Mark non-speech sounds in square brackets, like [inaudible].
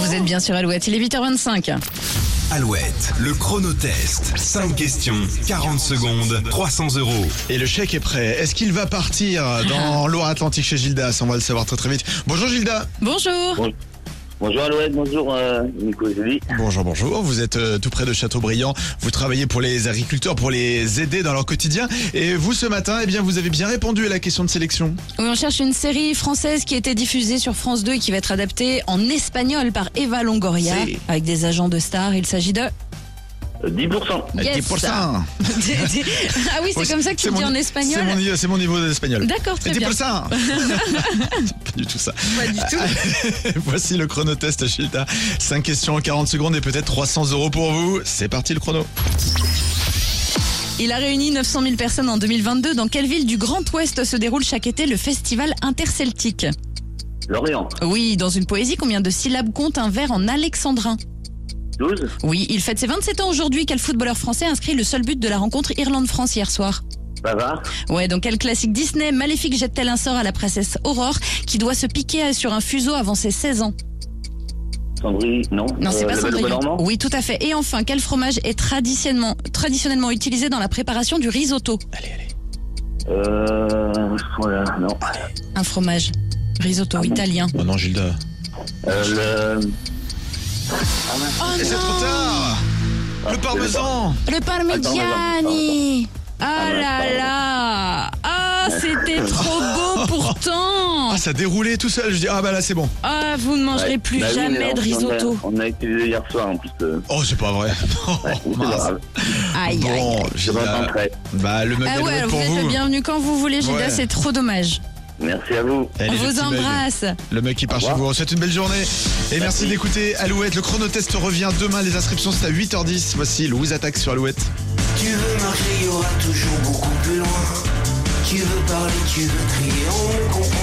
Vous êtes bien sur Alouette, il est 8h25. Alouette, le chronotest. 5 questions, 40 secondes, 300 euros. Et le chèque est prêt. Est-ce qu'il va partir Ah. dans Loire-Atlantique chez Gildas On va le savoir très très vite. Bonjour Gilda. Bonjour. Bon- Bonjour Alouette, bonjour euh, Nico et Julie. Bonjour, bonjour. Vous êtes euh, tout près de Châteaubriand. Vous travaillez pour les agriculteurs, pour les aider dans leur quotidien. Et vous, ce matin, eh bien, vous avez bien répondu à la question de sélection. Oui, on cherche une série française qui était diffusée sur France 2 et qui va être adaptée en espagnol par Eva Longoria Si. avec des agents de stars. Il s'agit de. [laughs] Euh, 10%. Yes. 10%. Des- des- ah oui, c'est comme ça que tu Oh, C'est le dis en mon- c'est mon espagnol. niveau- C'est mon, niveau d'espagnol. D'accord, très Et bien. [laughs] 10%. C'est Pas du tout ça. Pas du tout. [laughs] Voici le chronotest, Gilda. 5 questions en 40 secondes et peut-être 300 euros pour vous. C'est parti le chrono. Il a réuni 900 000 personnes en 2022. Dans quelle ville du Grand Ouest se déroule chaque été le festival interceltique Lorient, Oui, dans une poésie, combien de syllabes compte un vers en alexandrin 12. Oui, il fête ses 27 ans aujourd'hui. Quel footballeur français a inscrit le seul but de la rencontre Irlande-France hier soir Bavard, Ouais, donc quel classique Disney maléfique jette-t-elle un sort à la princesse Aurore qui doit se piquer sur un fuseau avant ses 16 ans Sandrine, non. Non, c'est Euh, pas le Ballon Cendrillon. Normand. Oui, tout à fait. Et enfin, quel fromage est traditionnellement, traditionnellement utilisé dans la préparation du risotto Allez, allez. Euh, voilà, non. Un fromage Ah risotto italien. Oh non, Gilda. Euh, le... Oh Et c'est trop tard Le parmesan Le parmigiani Ah Ah, là pardon. là Ah, c'était trop [laughs] beau pourtant Ah, ça déroulait tout seul. Je dis, ah bah là, c'est bon. Ah, vous ne mangerez Ouais. plus Bah oui, mais jamais on- de risotto. On a, on a utilisé hier soir en plus. euh, Oh, c'est pas vrai. [laughs] Oh, ouais, c'est pas mince. grave. Aïe, aïe, aïe. Bon, Je Gilda, retenterai. bah, le mug Ah est ouais, loué alors vous pour êtes le vous. bienvenu quand vous voulez, Gilda, Ouais. c'est trop dommage. Merci à vous. Elle On est vous gentille, Meg. embrasse. Le mec qui part Au chez revoir. vous. On vous souhaite une belle journée. Et merci, Merci. d'écouter Alouette. Le chronotest revient demain. Les inscriptions, c'est à 8h10. Voici Louise Attaque sur Alouette. Tu veux marcher, il y aura toujours beaucoup plus loin. Tu veux parler, tu veux crier, on comprend.